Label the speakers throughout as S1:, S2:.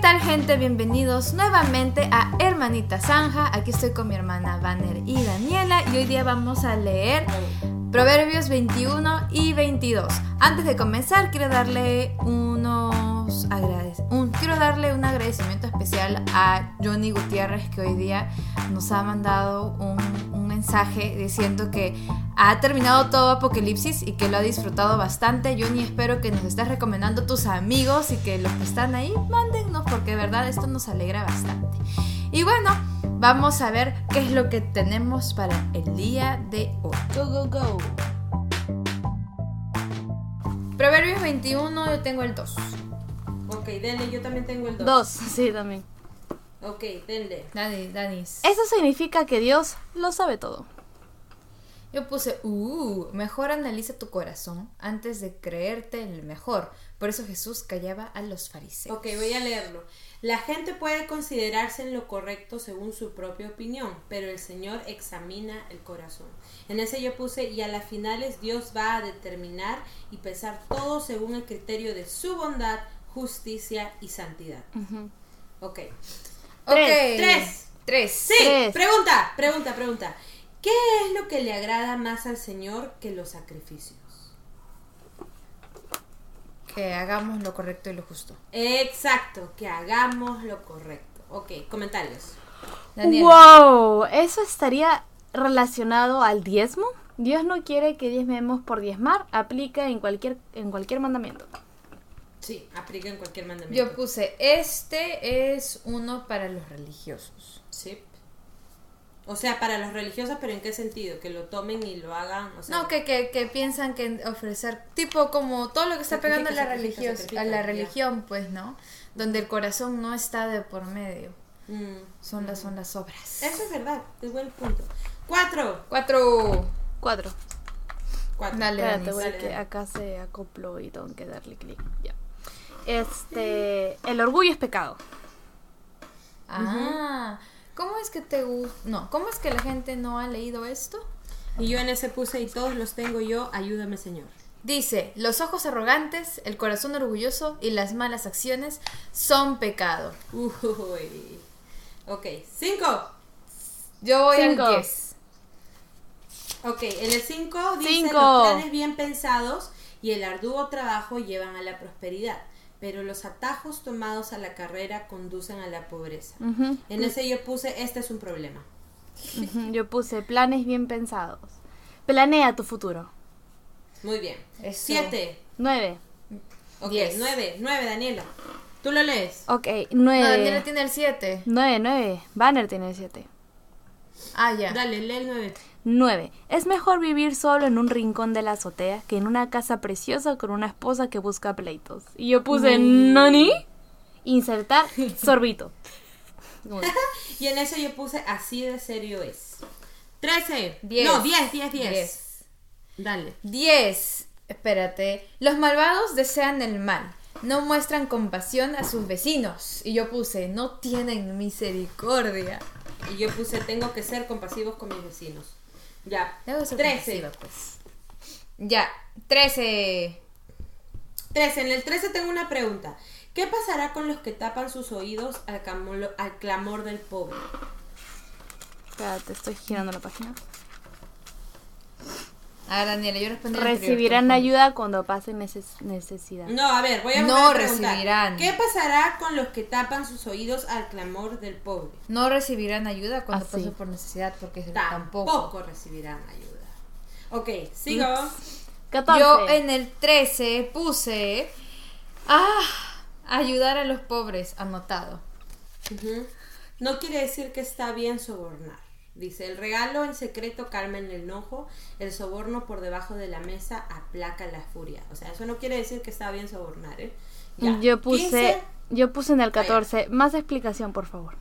S1: tal gente? Bienvenidos nuevamente a Hermanita Zanja. Aquí estoy con mi hermana Banner y Daniela y hoy día vamos a leer Proverbios 21 y 22. Antes de comenzar quiero darle unos agrade- un, quiero darle un agradecimiento especial a Johnny Gutiérrez que hoy día nos ha mandado un, un mensaje diciendo que ha terminado todo Apocalipsis y que lo ha disfrutado bastante. Johnny, espero que nos estés recomendando a tus amigos y que los que están ahí mándennos porque de verdad esto nos alegra bastante. Y bueno, vamos a ver qué es lo que tenemos para el día de hoy.
S2: Go, go, go.
S1: Proverbios 21, yo tengo el 2.
S2: Ok, denle, yo también tengo el 2.
S3: Dos, sí, también.
S2: Ok, denle.
S1: Dani, Danis.
S3: Eso significa que Dios lo sabe todo.
S1: Yo puse, uh, mejor analiza tu corazón antes de creerte el mejor. Por eso Jesús callaba a los fariseos.
S2: Ok, voy a leerlo. La gente puede considerarse en lo correcto según su propia opinión, pero el Señor examina el corazón. En ese yo puse, y a las finales Dios va a determinar y pesar todo según el criterio de su bondad, justicia y santidad. Ok.
S1: Ok.
S3: Tres.
S2: Tres.
S1: Tres.
S2: Sí,
S3: Tres.
S2: pregunta, pregunta, pregunta. ¿Qué es lo que le agrada más al Señor que los sacrificios?
S1: Que hagamos lo correcto y lo justo.
S2: Exacto, que hagamos lo correcto. Ok, comentarios.
S1: Daniela.
S3: ¡Wow! ¿Eso estaría relacionado al diezmo? Dios no quiere que diezmemos por diezmar, aplica en cualquier, en cualquier mandamiento.
S2: Sí, aplica en cualquier mandamiento.
S1: Yo puse, este es uno para los religiosos.
S2: Sí. O sea, para los religiosos, pero ¿en qué sentido? Que lo tomen y lo hagan. O sea,
S1: No, que, que, que piensan que ofrecer, tipo como todo lo que está
S2: Sacrifica,
S1: pegando a la,
S2: sacrifica,
S1: religios-
S2: sacrifica,
S1: a la
S2: ya.
S1: religión, pues, ¿no? Donde el corazón no está de por medio.
S2: Mm,
S1: Son las, son las obras.
S2: Eso es verdad, es buen punto. Cuatro.
S1: Cuatro.
S3: Cuatro.
S2: Cuatro.
S1: Dale,
S3: Espérate,
S1: Danis.
S3: güey,
S2: dale,
S3: que
S2: dale.
S3: acá se acopló y tengo que darle clic. Ya. Este, el orgullo es pecado.
S1: Ah, ¿cómo es que te gusta? No, ¿cómo es que la gente no ha leído esto?
S2: Y yo en ese puse y todos los tengo yo, ayúdame Señor.
S1: Dice, los ojos arrogantes, el corazón orgulloso y las malas acciones son pecado.
S2: Uy. Ok, cinco.
S1: Yo voy
S3: Cinco.
S1: al 10.
S2: Ok, en el 5 dice
S3: Cinco.
S2: los planes bien pensados y el arduo trabajo llevan a la prosperidad, pero los atajos tomados a la carrera conducen a la pobreza.
S1: Mm.
S3: Ujú.
S2: En ese yo puse, este es un problema.
S3: Ujú, Yo puse planes bien pensados. Planea tu futuro.
S2: Muy bien.
S1: Eso.
S2: 7.
S3: Nueve.
S2: Ok,
S1: Diez. Oh,
S2: 9, 9, Daniela. ¿Tú lo lees?
S3: Ok,
S1: No, Daniela
S3: nueve.
S1: tiene el 7.
S3: Nueve, nueve. Banner tiene el siete.
S1: Ah, ya.
S2: Dale, lee el 9.
S3: 9. Es mejor vivir solo en un rincón de la azotea que en una casa preciosa con una esposa que busca pleitos. Y yo puse,
S1: Mm.
S3: ¿nani? Insertar sorbito. Bueno,
S2: Y en eso yo puse, así de serio es. 13.
S1: Diez.
S2: No, 10, 10, 10.
S1: Diez.
S2: Dale.
S1: 10. Espérate. Los malvados desean el mal. No muestran compasión a sus vecinos. Y yo puse, no tienen misericordia.
S2: Y yo puse, tengo que ser compasivos con mis vecinos. Ya.
S1: Debo ser
S2: 13.
S1: compasiva, pues. Ya. 13.
S2: 13. En el 13 tengo una pregunta. ¿Qué pasará con los que tapan sus oídos al, camolo- al clamor del pobre?
S3: espérate, estoy girando la página.
S1: Ah, Daniela, yo respondí. al anterior,
S3: Recibirán
S1: tú respondes.
S3: ayuda cuando pasen neces- necesidad.
S2: No, a ver, voy a volver
S1: No
S2: a preguntar.
S1: recibirán.
S2: ¿Qué pasará con los que tapan sus oídos al clamor del pobre?
S1: No recibirán ayuda cuando
S3: Así.
S1: pasen por necesidad, porque
S2: Tampoco,
S1: tampoco.
S2: recibirán ayuda. Ok, sigo.
S3: 14.
S1: Yo en el 13 puse. Ah, ayudar a los pobres, anotado.
S2: Ujú. No quiere decir que está bien sobornar. Dice, el regalo en secreto calma el enojo, el soborno por debajo de la mesa aplaca la furia. O sea, eso no quiere decir que está bien sobornar, ¿eh? Ya.
S3: Yo puse,
S2: 15.
S3: yo puse en el 14. Más explicación, por favor.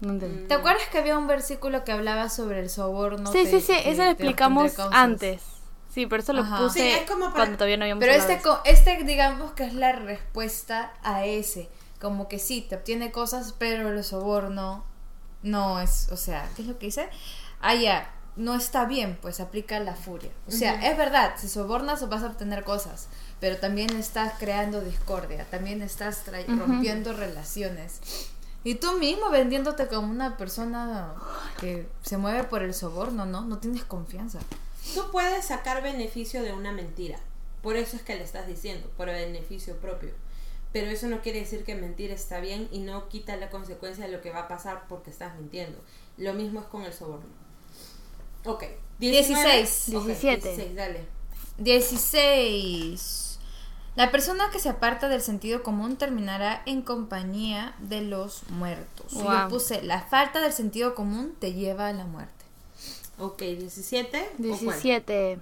S1: Mm,
S3: No entendí.
S1: ¿Te acuerdas que había un versículo que hablaba sobre el soborno?
S3: sí,
S1: Te-
S3: sí, sí,
S1: te-
S3: eso
S1: te
S3: lo explicamos
S1: respondré causas.
S3: antes. Sí, pero eso lo
S1: Ajá.
S3: puse
S2: Sí, es como para-
S3: cuando todavía no habíamos
S1: Pero
S3: hablado
S1: este,
S3: de
S1: co- este, digamos que es la respuesta a ese. Como que sí, te obtiene cosas, pero el soborno no es. O sea, ¿qué es lo que dice? Ah, ya. no está bien, pues aplica la furia. O sea, es verdad, si sobornas vas a obtener cosas, pero también estás creando discordia, también estás tra- rompiendo relaciones. Y tú mismo vendiéndote como una persona que se mueve por el soborno, ¿no? No tienes confianza.
S2: Tú puedes sacar beneficio de una mentira. Por eso es que le estás diciendo, por beneficio propio. Pero eso no quiere decir que mentir está bien y no quita la consecuencia de lo que va a pasar porque estás mintiendo. Lo mismo es con el soborno. Ok.
S1: 16.
S2: Ok,
S3: 17.
S2: 16, dale.
S1: 16. La persona que se aparta del sentido común terminará en compañía de los muertos. Yo
S3: Guau.
S1: puse, la falta del sentido común te lleva a la muerte.
S2: Ok, 17. ¿o cuál?
S3: 17.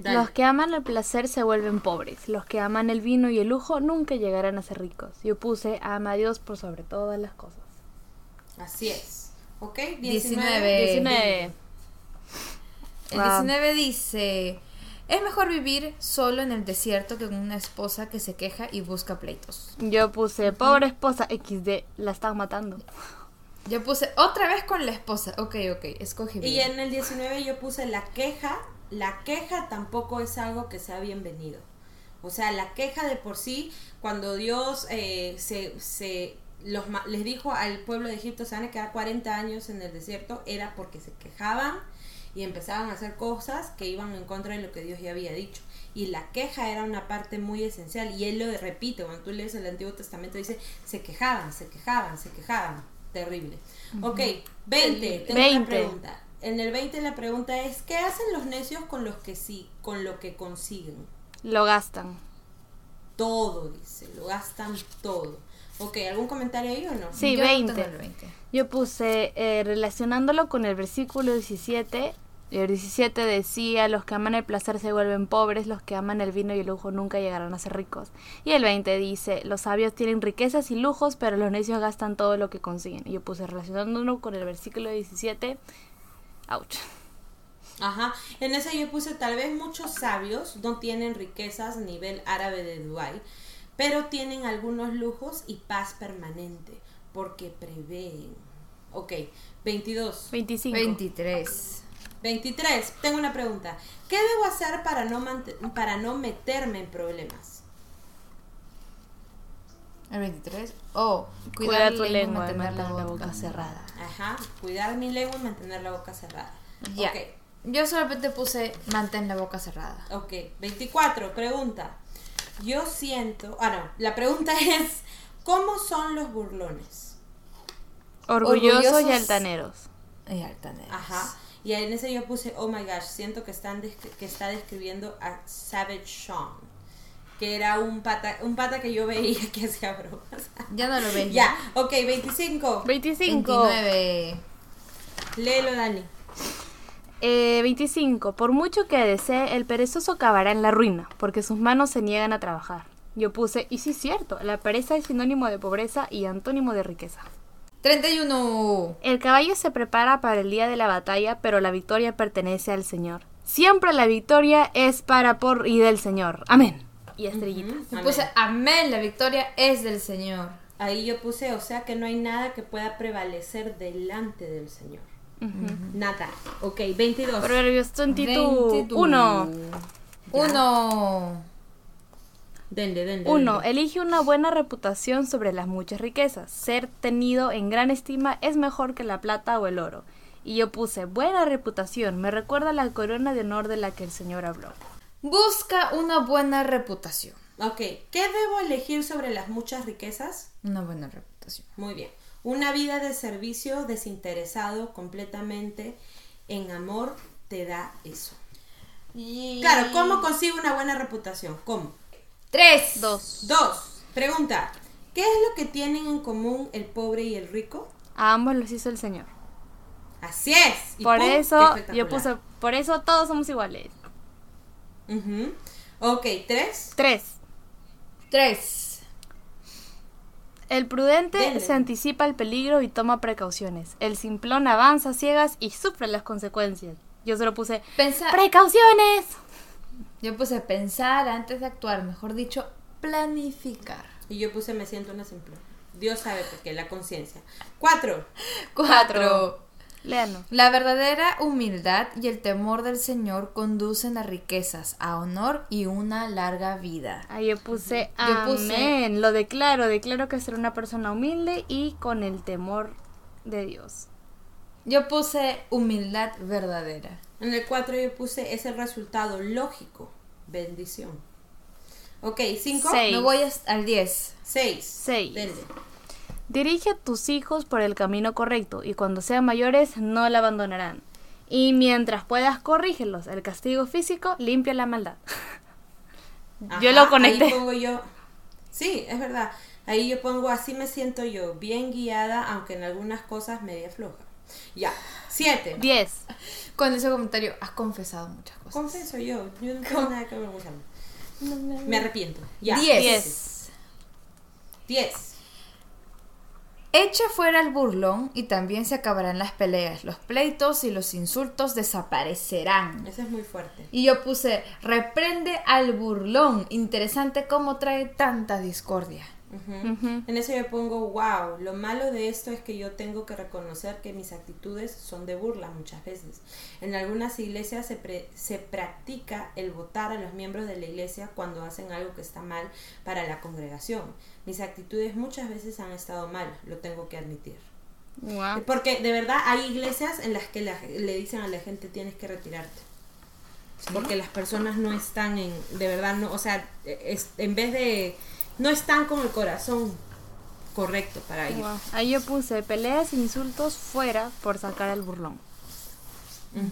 S2: Dale.
S3: Los que aman el placer se vuelven pobres. Los que aman el vino y el lujo nunca llegarán a ser ricos. Yo puse ama a Dios por sobre todas las cosas.
S2: Así es. Ok, 19.
S1: 19. Eh,
S3: 19.
S1: El
S3: Wow.
S1: 19 dice, es mejor vivir solo en el desierto que con una esposa que se queja y busca pleitos.
S3: Yo puse pobre esposa XD. La están matando.
S1: Yo puse otra vez con la esposa. Ok, ok, escoge
S2: Y
S1: bien.
S2: en el 19 yo puse la queja. La queja tampoco es algo que sea bienvenido. O sea, la queja de por sí, cuando Dios eh, se, se los, ma- les dijo al pueblo de Egipto, se van a quedar 40 años en el desierto, era porque se quejaban y empezaban a hacer cosas que iban en contra de lo que Dios ya había dicho. Y la queja era una parte muy esencial. Y él lo repite, cuando tú lees el Antiguo Testamento, dice, se quejaban, se quejaban, se quejaban. Terrible. Ok, 20. Tengo una
S3: 20.
S2: pregunta. En el 20 la pregunta es, ¿qué hacen los necios con los que sí, con lo que consiguen?
S3: Lo gastan.
S2: Todo, dice, lo gastan todo. Ok, ¿algún comentario ahí o no?
S3: Sí,
S1: Yo no tengo
S3: 20.
S1: el 20.
S3: Yo puse, eh, relacionándolo con el versículo 17, el 17 decía, los que aman el placer se vuelven pobres, los que aman el vino y el lujo nunca llegarán a ser ricos. Y el 20 dice, los sabios tienen riquezas y lujos, pero los necios gastan todo lo que consiguen. Y yo puse, relacionándolo con el versículo 17, ouch.
S2: Ajá, en esa yo puse tal vez muchos sabios no tienen riquezas a nivel árabe de Dubái, pero tienen algunos lujos y paz permanente, porque prevén. Ok, 22.
S3: 25.
S1: 23.
S2: 23. Tengo una pregunta. ¿Qué debo hacer para no, mant- para no meterme en problemas?
S1: El 23. Oh,
S3: Cuida
S1: cuidar
S3: tu
S1: la
S3: lengua,
S1: lengua, y mantener la
S3: mantener la
S1: boca
S3: boca
S1: cerrada.
S2: Ajá, cuidar mi lengua y mantener la boca cerrada.
S1: Ya.
S2: Ok,
S1: Yo solamente puse mantén la boca cerrada.
S2: Ok, 24, pregunta. Yo siento, ah no, la pregunta es, ¿cómo son los burlones?
S3: Orgullosos, y
S1: Orgullosos.
S3: altaneros.
S1: Y altaneras.
S2: Ajá. Y en ese yo puse, oh my gosh, siento que, están descri- que está describiendo a Savage Sean, que era un pata, un pata que yo veía que hacía bromas.
S1: Ya no lo veía.
S2: ya, ok, 25.
S3: 25.
S1: 29.
S2: Léelo, Dani.
S3: Eh, 25. Por mucho que desee, el perezoso acabará en la ruina, porque sus manos se niegan a trabajar. Yo puse, y sí es cierto, la pereza es sinónimo de pobreza y antónimo de riqueza.
S1: 31.
S3: El caballo se prepara para el día de la batalla, pero la victoria pertenece al Señor. Siempre la victoria es para por y del Señor. Amén. Y estrellita.
S2: Ujú,
S1: Yo
S2: amén.
S1: puse amén, la victoria es del Señor.
S2: Ahí yo puse, o sea que no hay nada que pueda prevalecer delante del Señor. Nada. Ok, 22.
S3: Proverbios 22. 1.
S1: 21. 1.
S2: Denle, denle.
S3: 1.
S2: denle.
S3: Elige una buena reputación sobre las muchas riquezas. Ser tenido en gran estima es mejor que la plata o el oro. Y yo puse buena reputación. Me recuerda la corona de honor de la que el señor habló.
S1: Busca una buena reputación.
S2: Ok, ¿qué debo elegir sobre las muchas riquezas?
S1: Una buena reputación.
S2: Muy bien. Una vida de servicio desinteresado completamente en amor te da eso. Claro, ¿cómo consigo una buena reputación? ¿Cómo?
S1: 3.
S3: 2.
S2: Dos, pregunta. ¿Qué es lo que tienen en común el pobre y el rico?
S3: A ambos los hizo el señor.
S2: Así es. Y
S3: Por
S2: ¡pum! ¡Qué
S3: eso yo
S2: espectacular!
S3: puse, por eso todos somos iguales.
S2: Ujú. Ok, tres.
S3: 3.
S1: 3.
S3: El prudente
S2: Dele.
S3: se anticipa el peligro y toma precauciones. El simplón avanza a ciegas y sufre las consecuencias. Yo solo puse
S1: Pensar.
S3: precauciones.
S1: Yo puse pensar antes de actuar, mejor dicho, planificar.
S2: Y yo puse me siento un ejemplo. Dios sabe por qué, la conciencia. Cuatro.
S1: Cuatro.
S3: Léanos.
S1: La verdadera humildad y el temor del Señor conducen a riquezas, a honor y una larga vida.
S3: Ahí Ah, yo puse
S1: Yo puse-
S3: amén. Lo declaro, declaro que seré una persona humilde y con el temor de Dios.
S1: Yo puse humildad verdadera.
S2: En el 4 yo puse es el resultado lógico. Bendición. Ok, 5.
S3: Seis.
S1: No voy hasta- al 10.
S2: 6.
S3: Seis. Dirige a tus hijos por el camino correcto y cuando sean mayores no la abandonarán. Y mientras puedas, corrígelos. El castigo físico limpia la maldad. yo lo
S2: Ahí
S3: conecté.
S2: pongo yo. Sí, es verdad. Ahí yo pongo así me siento yo, bien guiada, aunque en algunas cosas media floja. Ya. 7.
S3: 10.
S1: Con ese comentario has confesado muchas cosas.
S2: Confieso yo, yo no tengo nada que avergonzarme. Me arrepiento. Ya.
S1: 10.
S3: Diez.
S2: 10.
S1: Echa fuera el burlón y también se acabarán las peleas, los pleitos y los insultos desaparecerán.
S2: Ese es muy fuerte.
S1: Y yo puse, reprende al burlón. Interesante cómo trae tanta discordia.
S2: Ujú. En eso yo pongo, wow, lo malo de esto es que yo tengo que reconocer que mis actitudes son de burla muchas veces. En algunas iglesias se, pre- se practica el votar a los miembros de la iglesia cuando hacen algo que está mal para la congregación. Mis actitudes muchas veces han estado mal, lo tengo que admitir.
S3: Guau.
S2: Porque de verdad hay iglesias en las que la- le dicen a la gente tienes que retirarte. Porque las personas no están en, de verdad, no, o sea, e-, es- en vez de, no están con el corazón correcto para ir.
S3: Guau. Ahí yo puse peleas e insultos fuera por sacar al burlón.
S2: Eso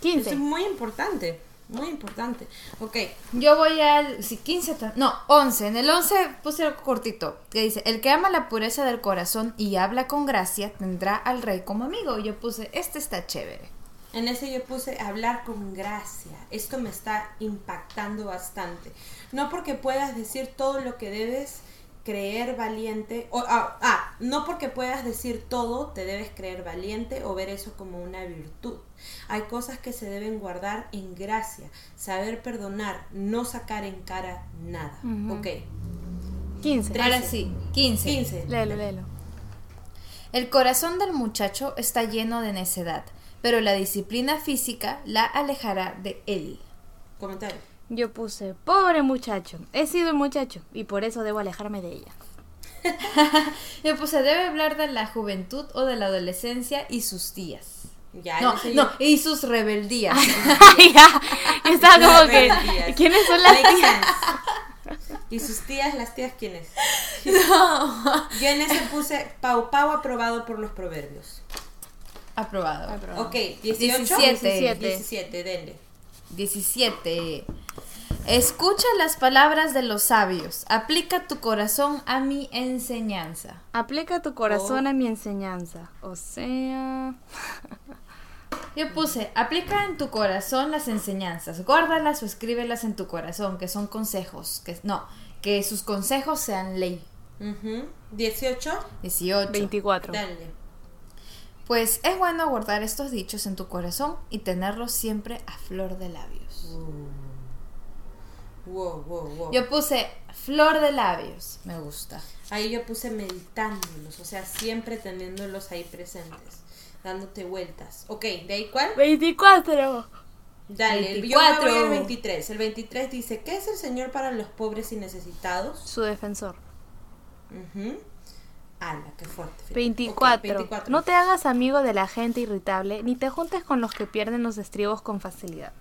S3: 15.
S2: es muy importante, muy importante. Ok,
S1: Yo voy al. Sí, 15. ta- No, 11. En el 11 puse algo cortito. Que dice: El que ama la pureza del corazón y habla con gracia tendrá al rey como amigo. Y yo puse: Este está chévere.
S2: en ese yo puse hablar con gracia. Esto me está impactando bastante. No porque puedas decir todo lo que debes creer valiente, o, ah, ah, no porque puedas decir todo te debes creer valiente o ver eso como una virtud. Hay cosas que se deben guardar en gracia, saber perdonar, no sacar en cara nada.
S3: Ujú.
S2: Ok,
S3: 15.
S2: Tres.
S1: Ahora sí, 15.
S2: 15.
S3: Léelo, léelo.
S1: El corazón del muchacho está lleno de necedad, pero la disciplina física la alejará de él.
S2: Comentario.
S3: Yo puse, pobre muchacho, he sido un muchacho y por eso debo alejarme de ella.
S1: Yo puse: Debe hablar de la juventud o de la adolescencia y sus días.
S2: Ya,
S1: No,
S2: en ese yo-
S1: no, y sus rebeldías.
S3: ya, yo estaba
S2: No,
S3: como que,
S2: rebeldías.
S3: ¿quiénes son las
S2: Alex
S3: tías?
S2: Sanz. ¿Y sus tías, las tías quiénes? Yo en ese puse Pau Pau aprobado por los proverbios.
S1: Aprobado.
S2: Ok, 18.
S1: 17.
S2: 17, denle.
S1: 17. Escucha las palabras de los sabios. Aplica tu corazón a mi enseñanza.
S3: Aplica tu corazón
S2: Oh.
S3: a mi enseñanza. O sea,
S1: Yo puse, aplica en tu corazón las enseñanzas. Guárdalas o escríbelas en tu corazón, que son consejos. Que, no, que sus consejos sean ley.
S2: Ujú. 18,
S1: 18.
S3: 24.
S2: denle.
S1: Pues es bueno guardar estos dichos en tu corazón y tenerlos siempre a flor de labios.
S2: Wow, wow, wow.
S1: Yo puse flor de labios. Me gusta.
S2: Ahí yo puse meditándolos, o sea, siempre teniéndolos ahí presentes, dándote vueltas. Ok, ¿de ahí cuál?
S3: 24.
S2: Dale, yo me voy
S1: 24.
S2: al 23. El 23 dice, ¿qué es el Señor para los pobres y necesitados?
S3: Su defensor.
S2: Ujú. Ala, qué fuerte. Felipe.
S3: 24.
S2: Ok, 24.
S3: No te hagas amigo de la gente irritable ni te juntes con los que pierden los estribos con facilidad.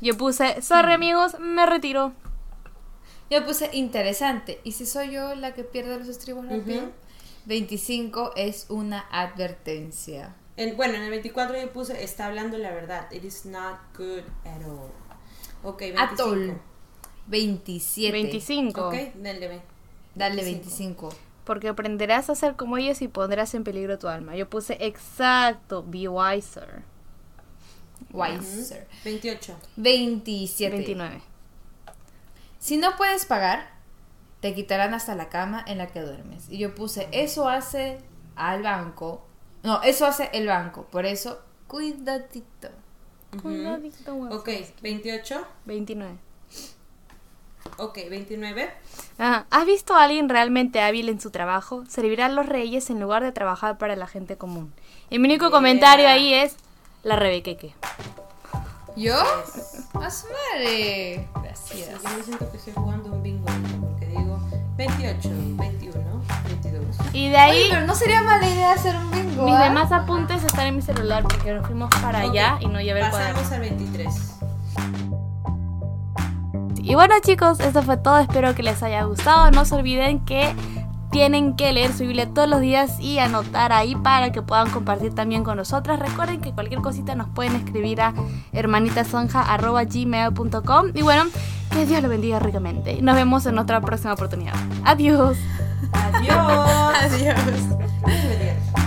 S3: Yo puse,
S2: Hmm.
S3: sorry amigos, me retiro.
S1: Yo puse interesante. ¿Y si soy yo la que pierde los estribos rápido?
S2: Ujú.
S1: 25 es una advertencia.
S2: En- bueno, en el 24 yo puse, está hablando la verdad. It is not good at all. Ok, 25.
S1: Atol. 27.
S3: 25.
S2: Ok, denle ve.
S1: Dale 25.
S3: Porque aprenderás a ser como ellos y pondrás en peligro tu alma. Yo puse, exacto, be wiser.
S1: Wiser.
S2: 28.
S1: 27.
S3: 29.
S1: Si no puedes pagar, te quitarán hasta la cama en la que duermes. Y yo puse, eso hace al banco. No, eso hace el banco. Por eso, cuidadito.
S3: pues. Cuidadito, guapo.
S2: Ok, 28.
S3: 29.
S2: Ok, 29.
S3: Ajá. ¿Has visto a alguien realmente hábil en su trabajo? Servirá a los reyes en lugar de trabajar para la gente común. Y mi único
S2: Yeah.
S3: comentario ahí es la rebequeque.
S1: ¿Yo? ¡A su madre! Gracias.
S2: Yo me siento que estoy jugando un bingo porque digo 28, 21, 22.
S3: Y de ahí,
S1: Oye, pero no sería mala idea hacer un bingo.
S3: mis
S1: ¿ah?
S3: demás apuntes están en mi celular porque nos fuimos para
S2: Ok,
S3: allá y no llevé el cuaderno.
S2: Pasamos al 23.
S3: Y bueno chicos, esto fue todo, espero que les haya gustado. No se olviden que tienen que leer su Biblia todos los días y anotar ahí para que puedan compartir también con nosotras. Recuerden que cualquier cosita nos pueden escribir a hermanitasanja.gmail.com Y bueno, que Dios lo bendiga ricamente. Nos vemos en otra próxima oportunidad. Adiós.
S2: Adiós.
S1: Adiós.
S2: Dios me bendiga.